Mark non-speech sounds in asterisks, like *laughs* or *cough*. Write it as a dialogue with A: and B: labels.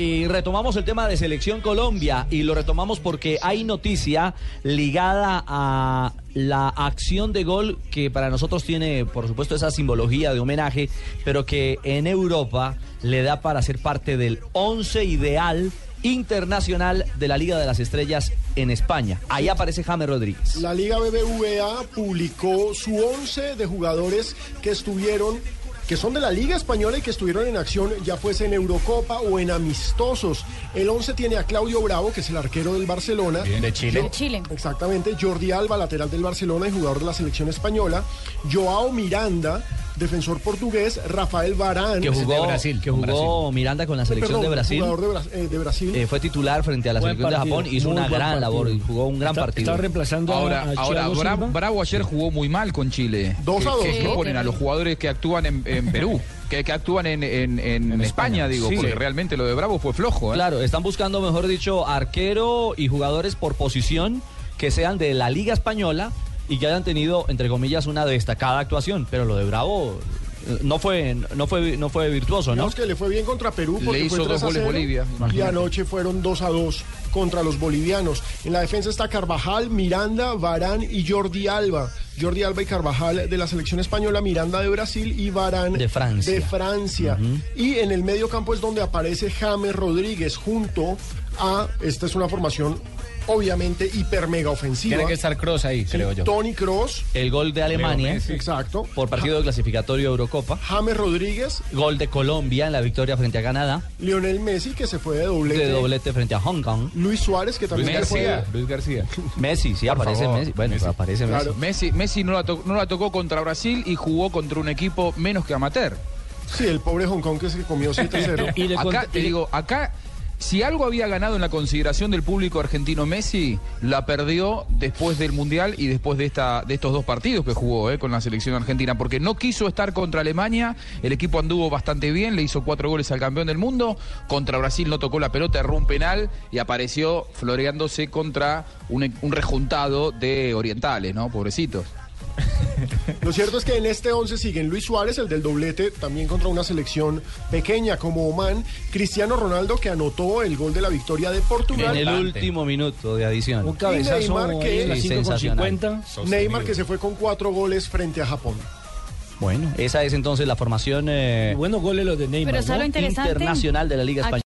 A: Y retomamos el tema de Selección Colombia y lo retomamos porque hay noticia ligada a la acción de gol que para nosotros tiene, por supuesto, esa simbología de homenaje, pero que en Europa le da para ser parte del once ideal internacional de la Liga de las Estrellas en España. Ahí aparece James Rodríguez.
B: La Liga BBVA publicó su once de jugadores que estuvieron que son de la Liga Española y que estuvieron en acción ya fuese en Eurocopa o en amistosos. El 11 tiene a Claudio Bravo, que es el arquero del Barcelona.
C: de Chile.
B: Jo- Exactamente. Jordi Alba, lateral del Barcelona y jugador de la selección española. Joao Miranda, defensor portugués. Rafael Varane.
A: Que jugó,
C: de Brasil,
A: que
C: con
A: jugó Miranda con la selección
B: Perdón,
A: de Brasil.
B: Jugador de, Bra- eh, de Brasil.
A: Eh, fue titular frente a la
D: Buen
A: selección de
D: partido,
A: Japón. Hizo
D: muy
A: una
D: buen
A: gran
D: partido.
A: labor y jugó un gran
D: Está-
A: partido.
D: Está reemplazando
E: Ahora,
D: a, a
E: ahora
D: Thiago
E: Bra-
D: Silva.
E: Bravo ayer jugó muy mal con Chile.
B: Dos a
E: Que-
B: dos,
E: que- que
B: ¿no?
E: ponen a los jugadores que actúan en, *laughs* en Perú, que, que actúan en, en- en España, digo,
D: Sí.
E: porque realmente lo de Bravo fue flojo. ¿eh?
A: Claro, están buscando, mejor dicho, arquero y jugadores por posición que sean de la Liga Española y que hayan tenido, entre comillas, una destacada actuación. Pero lo de Bravo eh, no fue, no fue, no fue virtuoso, ¿no?
B: Digamos que le fue bien contra Perú
E: Le
B: porque fue 3
E: hizo dos
B: a
E: goles
B: 0,
E: Bolivia,
B: Y
E: imagínate.
B: anoche fueron 2 a 2 contra los bolivianos. En la defensa está Carvajal, Miranda, Varán y Jordi Alba. Jordi Alba y Carvajal de la selección española, Miranda de Brasil y Varán
A: De Francia.
B: de Francia. Y en el medio campo es donde aparece James Rodríguez junto a, esta es una formación obviamente hiper mega ofensiva.
D: Tiene que estar Cross ahí, creo yo.
B: Tony Cross,
A: El gol de Alemania
B: exacto.
A: por partido de clasificatorio de Eurocopa.
B: James Rodríguez,
A: Gol de Colombia en la victoria frente a Canadá.
B: Lionel Messi que se fue de
A: De doblete frente a Hong Kong.
B: Luis Suárez, que también
E: Luis
B: se fue
E: García. Luis García.
A: Messi, sí,
E: Por
A: aparece
E: favor,
A: Messi. Bueno,
E: Messi.
A: aparece Messi.
B: Claro.
E: Messi, Messi no, la to- no la tocó contra Brasil y jugó contra un equipo menos que amateur.
B: Sí, el pobre Hong Kong que se
A: *laughs*
B: comió 7-0.
D: Y le eh,
E: Acá,
D: cont-
E: te
D: y-
E: digo, acá, si algo había ganado en la consideración del público argentino Messi, la perdió después del Mundial y después de, esta, de estos dos partidos que jugó eh, con la selección argentina, porque no quiso estar contra Alemania, el equipo anduvo bastante bien, le hizo cuatro goles al campeón del mundo, contra Brasil no tocó la pelota, erró un penal y apareció floreándose contra un, un rejuntado de orientales, ¿no? Pobrecitos.
B: Lo cierto es que en este 11 siguen Luis Suárez, el del doblete, también contra una selección pequeña como Oman. Cristiano Ronaldo, que anotó el gol de la victoria de
A: En
B: Portugal.
A: el último minuto de adición.
D: Un
B: Neymar
D: cabezazo
B: que-
D: ahí a las
A: Sí,
D: 5 con
A: sensacional.
D: 50.
B: Neymar, que se fue con cuatro goles frente a Japón.
A: Bueno, esa es entonces la formación eh,
D: Buenos goles los de Neymar.
F: Pero
D: ¿no?
F: ¿sabes lo interesante?
A: internacional de la Liga
F: Aquí-
A: Española.